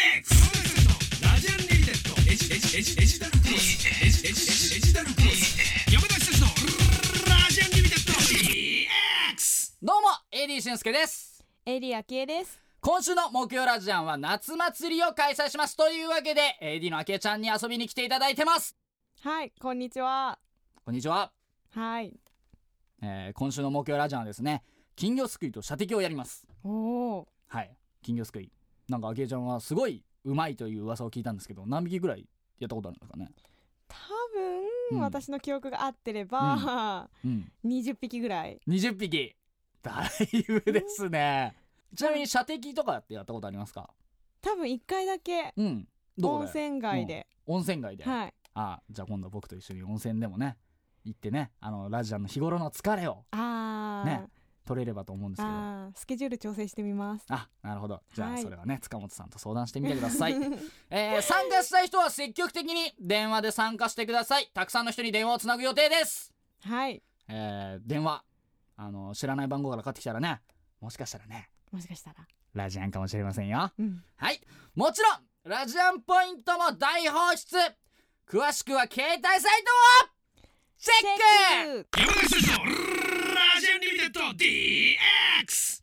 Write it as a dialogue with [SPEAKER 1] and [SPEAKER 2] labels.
[SPEAKER 1] DX ラジアンリミテッドデジデジデジデジタルクロスデジデジデジデジタルクロス山田久志のラジアンリミテッド DX
[SPEAKER 2] どうも AD 俊介です
[SPEAKER 3] エリアキエです。
[SPEAKER 2] 今週の木曜ラジアンは夏祭りを開催しますというわけで AD のあきえちゃんに遊びに来ていただいてます
[SPEAKER 3] はい、こんにちは。
[SPEAKER 2] こんにちは、
[SPEAKER 3] はい。
[SPEAKER 2] えー、今週の木曜ラジアンはですね金魚すくいと射的をやります
[SPEAKER 3] おお
[SPEAKER 2] はい金魚すくいなんかあきえちゃんはすごい上手いという噂を聞いたんですけど何匹ぐらいやったことあるんですかね
[SPEAKER 3] ー、多
[SPEAKER 2] うん
[SPEAKER 3] 分私の記憶が合ってれば、
[SPEAKER 2] うん
[SPEAKER 3] 20匹ぐらい。
[SPEAKER 2] 20匹だいぶですねちなみに射的とかってやったことありますか
[SPEAKER 3] 多分1回だけ
[SPEAKER 2] うんどこ
[SPEAKER 3] 温
[SPEAKER 2] で
[SPEAKER 3] 泉街で、
[SPEAKER 2] 温泉街で、
[SPEAKER 3] はい。
[SPEAKER 2] ああじゃあ今度僕と一緒に温泉でもね行ってねあのラジアンの日頃の疲れを
[SPEAKER 3] あー、
[SPEAKER 2] ね取れればと思うんですけどあ
[SPEAKER 3] あー、スケジュール調整して みます。
[SPEAKER 2] なるほどじゃあ
[SPEAKER 3] はい
[SPEAKER 2] それはね、塚本さんと相談してみてください、 えー参加したい人は積極的に電話で参加してくださいたくさんの人に電話をつなぐ予定です、
[SPEAKER 3] はい。
[SPEAKER 2] えー電話あの知らない番号からかかってきたらねもしかしたらね
[SPEAKER 3] もしかしたら。
[SPEAKER 2] ラジアンかもしれませんよ
[SPEAKER 3] うん。
[SPEAKER 2] はいもちろんラジアンポイントも大放出詳しくは携帯サイトをチェック
[SPEAKER 3] チェック
[SPEAKER 1] 山田久志のラジアンリミテッド DX